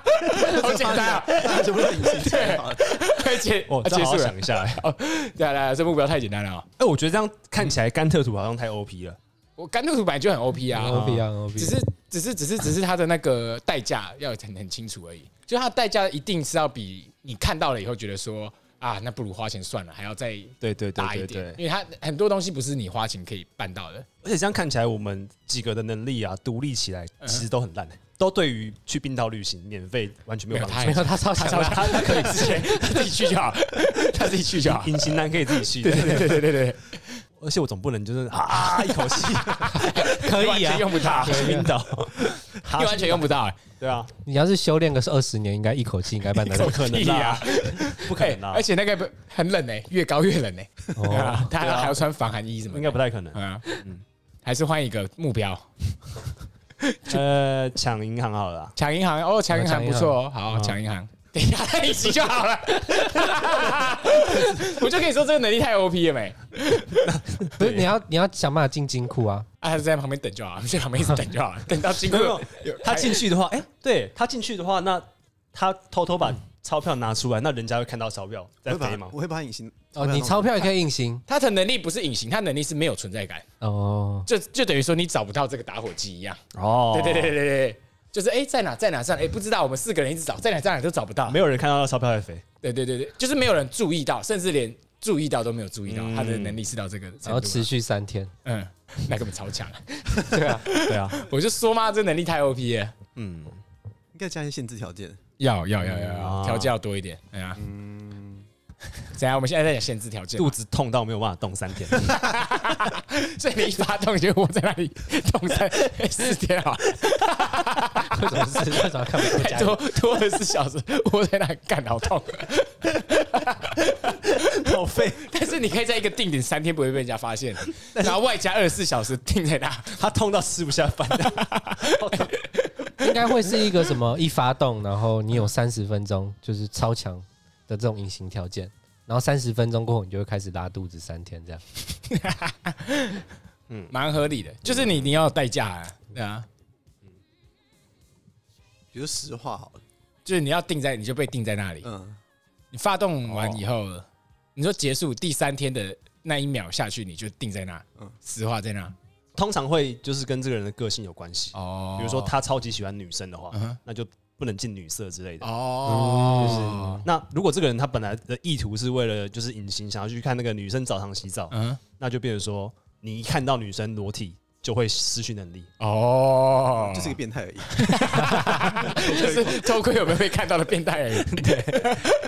好简单啊！大家全部都隐形采访，而且我啊结再束哦好好了想一。下。哎，哦，对啊，对啊，这目标太简单了啊。我觉得这样看起来甘特图好像太 OP 了。我干豆腐本来就很 OP 啊， O B 啊 O B，只是只是只是只是它的那个代价要很很清楚而已，就它的代价一定是要比你看到了以后觉得说啊，那不如花钱算了，还要再对对大一点，因为它很多东西不是你花钱可以办到的。而且这样看起来，我们几个的能力啊，独立起来其嗯实都很烂、欸，都对于去冰岛旅行免费完全没有没帮助。他超他强他的，他他可以 自己他自己去就好，他自己去就好。隐形男可以自己去，对对对对对对，而且我总不能就是啊一口 气可完以啊全。用不到，去冰 岛，你完全用不到，哎对啊，你要是修炼个二十年，应该一口气应该办得怎到么。可能屁啊啊？不可能啊哎，而且那个不很冷哎，越高越冷哎，对哦，啊，他对啊还要穿防寒衣什么的？应该不太可能。嗯，还是换一个目标，呃，抢银行好了啊，抢银行哦，抢银行抢银不行错哦，嗯好，抢银行，等一下一起就好了。 我就跟你说，这个能力太 OP 了没？不是你要你要想办法进金库啊，啊，他就在旁边等就好了，我们就在旁边一直等就好了，等到经没有过没他进去的话，哎，对他进去的话，那他偷偷把钞票拿出来，那人家会看到钞票我在会飞把吗？我会把隐形哦，你钞票也可以隐形他的能力不是隐形，他能力是没有存在感，哦，就就等于说你找不到这个打火机一样。哦对对对对对对，就是哎、在哪在哪在哪哎、不知道，我们四个人一直找，在哪在哪都找不到。没有人看到钞票在飞，对对对对，就是没有人注意到，甚至连注意到都没有注意到，他的能力是到这个程然后度持了。续三天，嗯，那根本超强。对啊，对啊，我就说嘛，这能力太 OP 了。嗯，应该加一些限制条件，要要要要啊要，条件要多一点。哎呀，嗯，怎样？我们现在在讲限制条件嘛，肚子痛到没有办法动三 天，所以你一发动就窝在那里动三四天啊，为什么是为什么看不出多家？多二十四小时窝在那里干，好痛。 好废。但是你可以在一个定点三天不会被人家发现，然后外加二十四小时定在那。他痛到吃不下 饭，应该会是一个什么一发动，然后你有三十分钟就是超强的这种隐形条件，然后三十分钟过后你就会开始拉肚子三天这样。蛮合理的，就是你你要有代价啊，对啊，比如石化好了，就是你要定在你就被定在那里，嗯，你发动完以后，你说结束第三天的那一秒下去，你就定在那，嗯实话在那，通常会就是跟这个人的个性有关系。哦比如说他超级喜欢女生的话嗯哼，那就不能进女色之类的。哦，那如果这个人他本来的意图是为了就是隐形，想要去看那个女生澡堂洗澡，嗯，那就变成说你一看到女生裸体就会失 去能力。哦，就是一个变态而已。 就是偷窥有没有被看到的变态而已。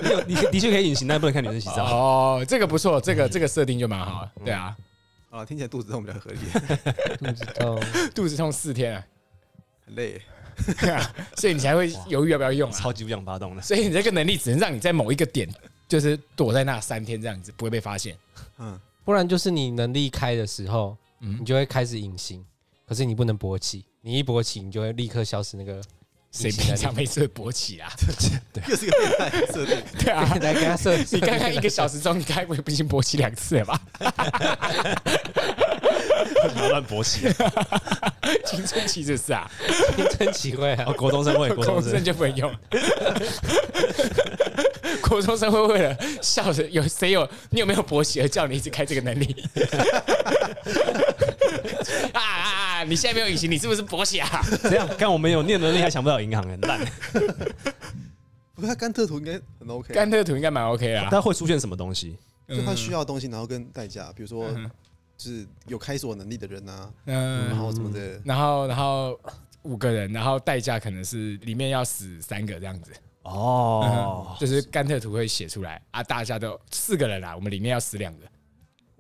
你有你的确可以隐形，但不能看女生洗澡。哦，这个不错，这个这个设定就蛮好的，对啊， 好了，听起来肚子痛比较 合理，肚子痛，肚子痛四天啊， 很累。所以你才会犹豫要不要用啊。超级无氧发动的，所以你这个能力只能让你在某一个点，就是躲在那三天这样子，不会被发现。嗯，不然就是你能力开的时候，嗯你就会开始隐形，可是你不能勃起，你一勃起你就会立刻消失那个。 谁平常没事会勃起啊？又是一个变态的设定，对 啊，来给他设，你刚刚一个小时中，你该不会已经勃起两次了吧？ 乱勃起。青春期这是啊，青春期会啊哦，，国中生会，国 哎国中中生生就不能用。 国中生会为了笑着有谁有你有没有勃起而叫你一直开这个能力？ 啊啊啊！你现在没有隐形，你是不是勃起啊？啊这样。看我们有念能力还想不到银行，很烂。不过它甘特图应该 很 OK，甘嗯特图应该蛮 OK 啦。它会出现什么东西？就它需要的东西，然后跟代价，比如说就是有开锁能力的人啊，然嗯，后什么的，然后然后五个人，然后代价可能是里面要死三个这样子，哦，就是甘特图会写出来啊，大家都四个人啊啦，我们里面要死两个，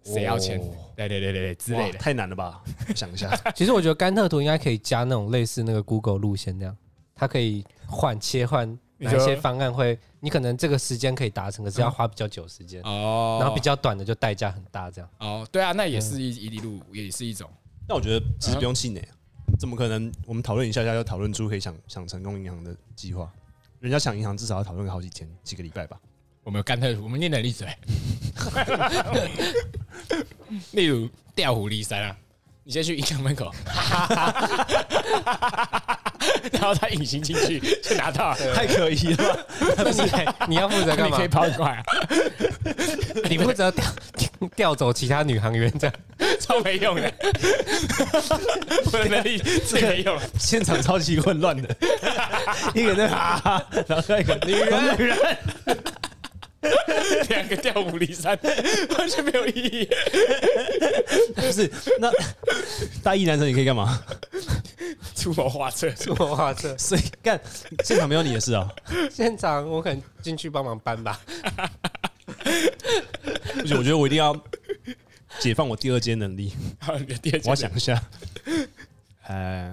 谁要签哦？对对对对对之哇类的。太难了吧？想一下，其实我觉得甘特图应该可以加那种类似那个 Google 路线那样，它可以换切换你哪说嗯一些方案会，你可能这个时间可以达成，可是要花比较久时间，哦，然后比较短的就代价很大这 样。哦，对啊，那也嗯是一一里路，也是一种。但我觉得其实不用气馁，啊怎么可能？我们讨论一下下就讨论出可以想想成功银行的计划？人家想银行至少要讨论个好几天、几个礼拜吧？我们有甘特图，我们念的例子欸， 例如调虎离山啊，你先去银行门口， 然后他隐形进去就拿到了，太可疑了吧，那你你要负责那干你嘛可以？跑很快啊，你负责调 调走其他女航员这样。超没用的，我的能力最没用了。现场超级混乱的，一个人在啊，然后一个女人，女人，两个调虎离山，完全没有意义。不是那大一男生你可以干嘛？出谋划策，我画这所以干现场没有你的事啊，现场我可能进去帮忙搬吧。不行，我觉得我一定要解放我第二阶能力，好，你的第二我要想一下，哎，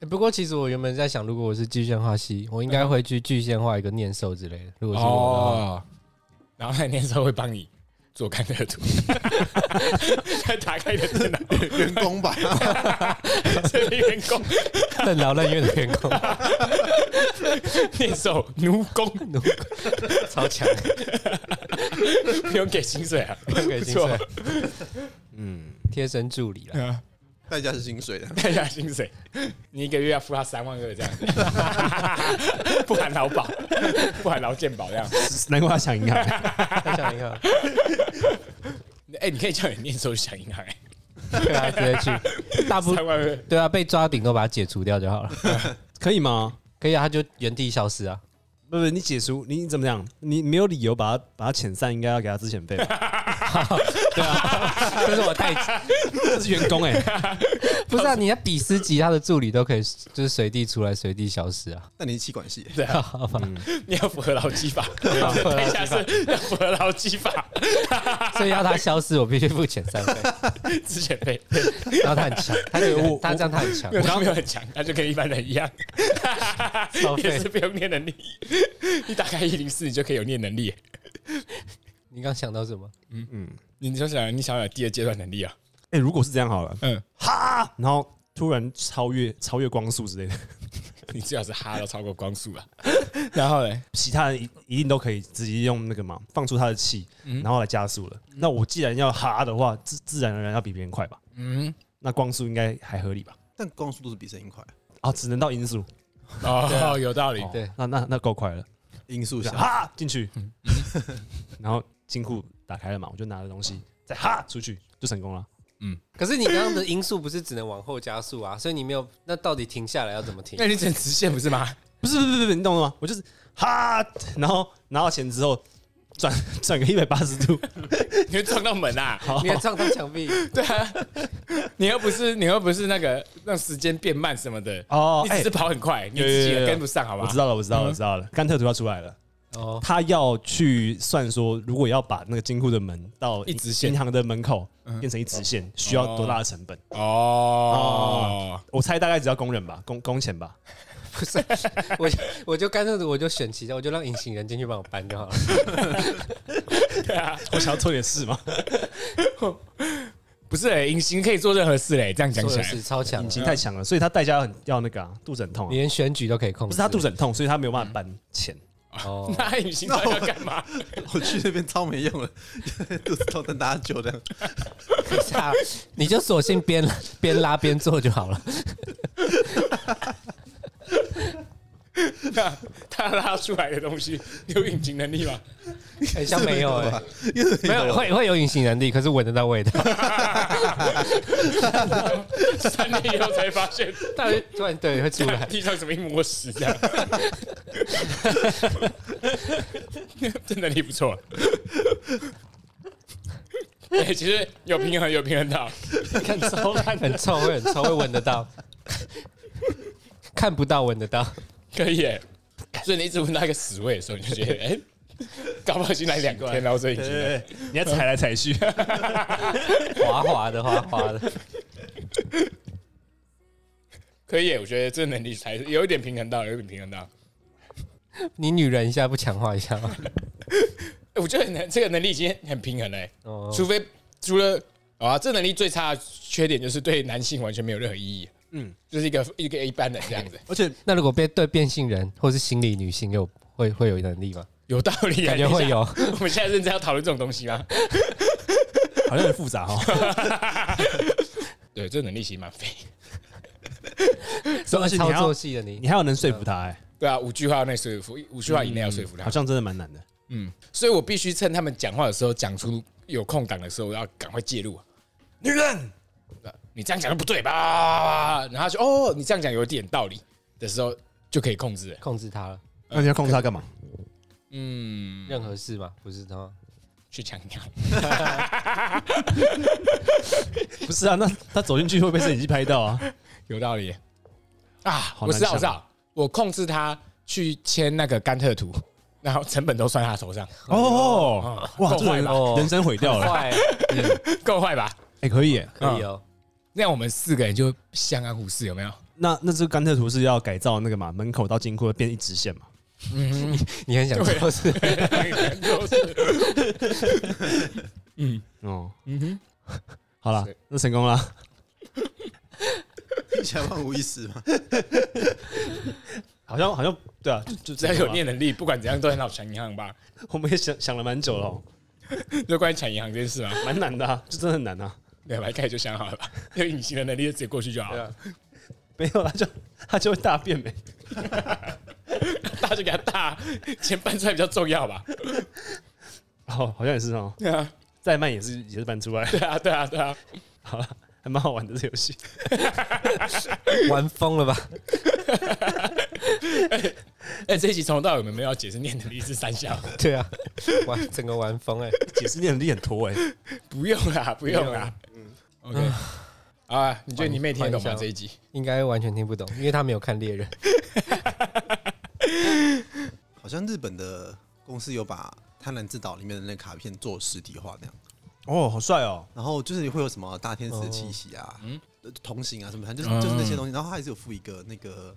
欸不过其实我原本在想，如果我是具象化系，我应该会去具象化一个念兽之类的。如果是我的话，哦，然后他那时候会帮你做甘特图，他打开你的电脑， 员工吧， 这个员工任劳任怨的员工练手奴工，超强，不用给薪水啊，不用给薪水 不错嗯，贴身助理 了。嗯代价是薪水的，带下薪水，你一个月要付他三万二这样子， 不含劳保，不含劳健保这样。 难怪他想银行，再想一个，哎、你可以叫你念手想银行、欸， 对啊，直接 去，大不三万二，对啊，被抓顶都把它解除掉就好了。可以吗？可以啊，他就原地消失啊。 不不，你解除你怎么讲？你没有理由把他把他遣散，应该要给他资遣费 吧？对啊，这是我 太这是员工哎、 不是啊，你要比斯吉他的助理都可以，就是随地出来，随地消失啊。那你是气管系，对嗯 啊，你要符合劳基法，等一下 是要符合劳基法，所以要他消失，我必须付钱三倍。之前被然后他很 强，他觉得他这样他很强没。有，他没有很强，他就跟一般人一样，超废也是不用念能力。你打开一零四，你就可以有念能力。你刚想到什么？你就想，你想想第二阶段能力啊，哎、如果是这样好了，嗯，哈，然后突然超越超越光速之类的， 你最好是哈到超过光 速啊。然后嘞，其他人一一定都可以直接用那个嘛，放出他的气，嗯然后来加速了。那我既然要哈的话，自自然而然要比别人快吧？嗯，那光速应该还合理吧？但光速都是比声音快，啊，只能到音速，啊哦，有道理，对，那那那够快了，音速下，哈进去，嗯 然后金库打开了嘛，我就拿着东西再哈出去就成功了。可是你刚刚的音速不是只能往后加速啊，所以你没有，那到底停下来要怎么停那？你整直线不是吗？不是不是不是不是，你懂了吗？我就是哈，然后拿到钱之后转 转个一百八十度，你会撞到门啊！你要撞到墙壁，对啊，你又不是你又不是那个让时间变慢什么的哦你只哎是跑很快，你有有自己有也有跟不上，好吧？嗯我知道了，我知道了，我知道了，甘特图要出来了。哦，他要去算说，如果要把那个金库的门到一直线嗯银行的门口变成一直线，需要多大的成本？哦，我猜大概只要工人吧，工工钱 吧。不是，我我就干脆我就选其他，我就让隐形人进去帮我搬就好了。我想要做点事嘛，不是欸，隐形可以做任何事嘞，这样讲说起的来，是超强引的，擎太强了，所以他代价要很要那个啊，肚子很痛啊你。连选举都可以控不制。是他肚子很痛，所以他没有办法搬钱。哦， 那隐形到底要干嘛？ 我去那边超没用了， 肚子痛，但大家酒这样，不 是啊，你就索性边边拉边做就好了。哦 那他拉出来的东西有隐形能力吗？ 很像没有哎、吧？啊因为没有会会有隐形能力，可是闻得到 味道。三年以后才发现但是突然对会出来，地上怎么一抹屎这样，真的力不错。哎、其实有平衡，有平衡到，看超烂 很的，臭，会很臭，会闻得到，看不到闻得到。可以耶。所以你一直闻到一个屎味的时候，你就觉得，哎、搞不好已经来两天了，所以已对经对对，嗯你要踩来踩 去，滑滑的，滑滑的，可以耶。我觉得这能力才是有一点平衡到，有一点平衡到。你女人一下不强化一下吗？哎我觉得能这个能力已经很平衡了耶，哦，除非除了啊，这能力最差的缺点就是对男性完全没有任何意义。嗯嗯，就是一个一个一般人这样子，而且那如果被对变性人或是心理女性有会会有能力吗？有道理、啊，感觉等一会下有， 我们现在认真要讨论这种东西吗？好像很复 杂哦。对，这能力其实蛮废。 什么而且你操还作要系的你你还要能说服他，哎，对啊，五句话内说服，五句话以内要说服他好。像真的蛮难的。嗯，所以我必须趁他们讲话的时候，讲出有空档的时候，我要赶快介入啊。女人，你这样讲就不对吧？然后他说：“哦，你这样讲有点道理。”的时候就可以控制了。控制他了，那你要控制他干嘛？嗯，任何事嘛，不是他吗？去强调。 不是啊，那他走进去会被摄影机拍到啊。有道理啊！好我难知道，想我知道，我控制他去签那个甘特图，然后成本都算他头上， 哦，哇，够这坏人吧？哦人生毁掉了。坏，够坏吧？哎，可以耶，可以哦，那样我们四个人就相安无事，有没有？那那这个甘特图是要改造那个嘛，门口到金库变一直线嘛？你很想做事， 哦，嗯哼，好了，那成功了。听起来万无一失嘛。好像好像对啊，就就只这要样有吧念能力，不管怎样都很好抢银行吧？ 我们也想想了蛮久了哦，就关于抢银行这件事嘛，蛮难的啊，就真的很难啊。 对吧？一开始就想好了吧？有隐形的能力就直接过去就好对了，啊，没有他就他就会大便没，大家就给他大，钱搬出来比较重要吧？哦，好像也是哦，对啊，再慢也是也是搬出来， 对啊，对啊，对啊，好了，还蛮好玩的这游戏。玩疯 了吧？哎，这一集从头到尾我们没有要解释念能力是三项，对啊，玩整个玩疯哎，解释念力很拖哎， 不用啦，不用啦。嗯，OK。啊，你觉得你妹听得懂换吗一？下这一集？应该完全听不懂，因为他没有看猎人。好像日本的公司有把《贪婪之岛》里面的那卡片做实体化那样，哦，好帅哦，然后就是会有什么大天使的气息哦啊、嗯呃同行啊什么，反正就是就是那些东西。然后它还是有附一个那个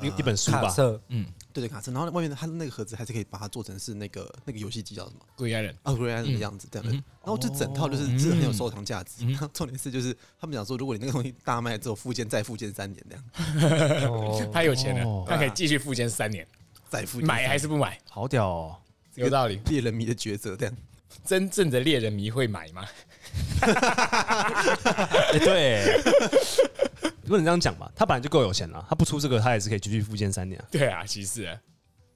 一一本书卡吧，嗯册对对卡册，然后外面的它那个盒子还是可以把它做成是那个那个游戏机叫什么？故意爱人，啊，果然的嗯样子这样的。然后这整套就是真的很有收藏价值。嗯然后重点是就是他们讲说，如果你那个东西大卖之后复健再复健三年那样，哦，他有钱了哦，他可以继续付钱三年，再复健买还是啊不买？好屌哦，有道理。猎人迷的抉择这样。真正的猎人迷会买吗？哎 对，不能这样讲吧，他本来就够有钱了，他不出这个他也是可以继续复健三年啊， 对啊，其实啊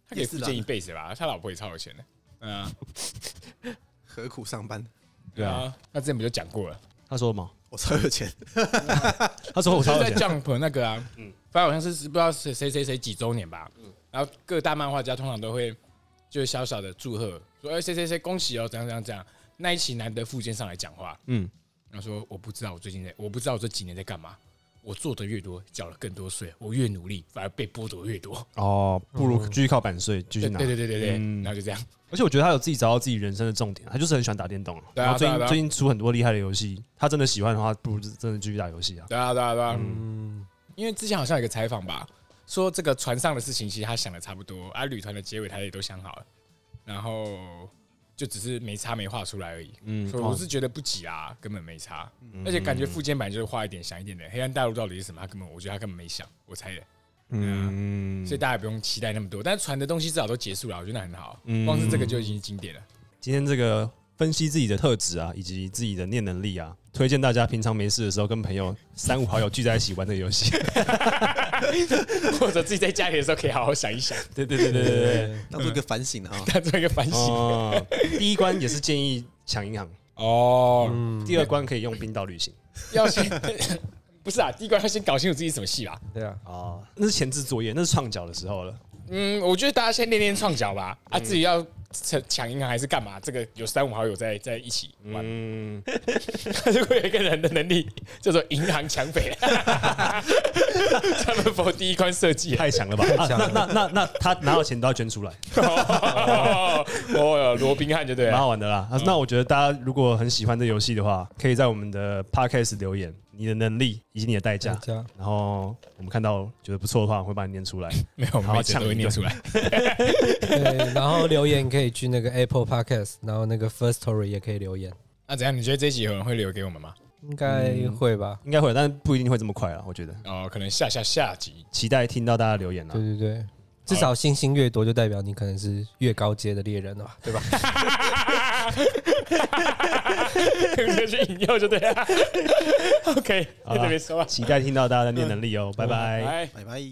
他可以也是付啦建一辈子吧，他老婆也超有钱的。嗯啊，何苦上班？对啊，他之前不就讲过了？他说嘛，我超有钱，他说就我超是有在钱， Jump 那个啊，反正好像是不知道谁谁谁谁几周年吧，然后各大漫画家通常都会就是小小的祝贺，说哎谁谁谁恭喜哦，怎样怎样怎样。那一期难得富坚上来讲话，嗯，然后说我不知道我最近在，我不知道我这几年在干嘛，我做的越多，缴了更多税，我越努力，反而被剥夺越多。 哦，不如继续靠版税继续对拿，对对对对，嗯然后就这样。而且我觉得他有自己找到自己人生的重点，他就是很喜欢打电动啊。对啊然后最对啊对近啊最近出很多厉害的游戏，他真的喜欢的话，不如真的继续打游戏啊。对啊，对啊，对啊。嗯因为之前好像有一个采访吧，说这个船上的事情，其实他想的差不多啊，旅团的结尾他也都想好了，然后就只是没差没画出来而已。嗯所以我是觉得不急啊，根本没差，而且感觉副监版就是画一点想一点的。黑暗大陆到底是什么？他根本我觉得他根本没想，我猜的，啊嗯，所以大家也不用期嗯待那么多。但是船的东西至少都结束了，我觉得那很好，光是这个就已经经典了。 今天这个分析自己的特质啊，以及自己的念能力啊。推荐大家平常没事的时候，跟朋友三五好友聚在一起玩这个游 戏。或者自己在家里的时候可以好好想一想，对对对对对对。当做一个反省 啊。当做一个反省。哦，第一关也是建议抢银行，哦，第二关可以用冰岛旅行。要先 不是啊，第一关要先搞清楚自己什么戏吧。对啊，哦，那是前置作业，那是创脚的时候了。嗯，我觉得大家先练练创脚吧。嗯啊，至于要抢抢银行还是干嘛，这个有三五好友在在一起玩。嗯， 如果有一个人的能力叫做银行抢匪， 专门否第一关设计的。太强了吧？啊强那了那那那他拿到钱都要捐出来，哦，哦罗宾汉就对蛮了。好玩的啦。啊那我觉得大家如果很喜欢这游戏的话，可以在我们的 podcast 留言你的能力以及你的代价大，家然后我们看到觉得不错的话，我会把你念 出来。没有，我们好每次都会念出来。对，然后留言可以去那个 Apple Podcast，然后那个 First Story 也可以留言，那啊怎样？你觉得这一集有人会留给我们吗？应该嗯会吧？应该会，但是不一定会这么快啊。我觉得哦，可能下下下集。期待听到大家的留言啊对。对对，至少星星越多，就代表你可能是越高阶的猎人了吧，对吧？ 你就去引诱就对了。OK， 好在啦啊这边说吧，哎哎期待听到大家的念能力哦，拜拜。拜。拜拜。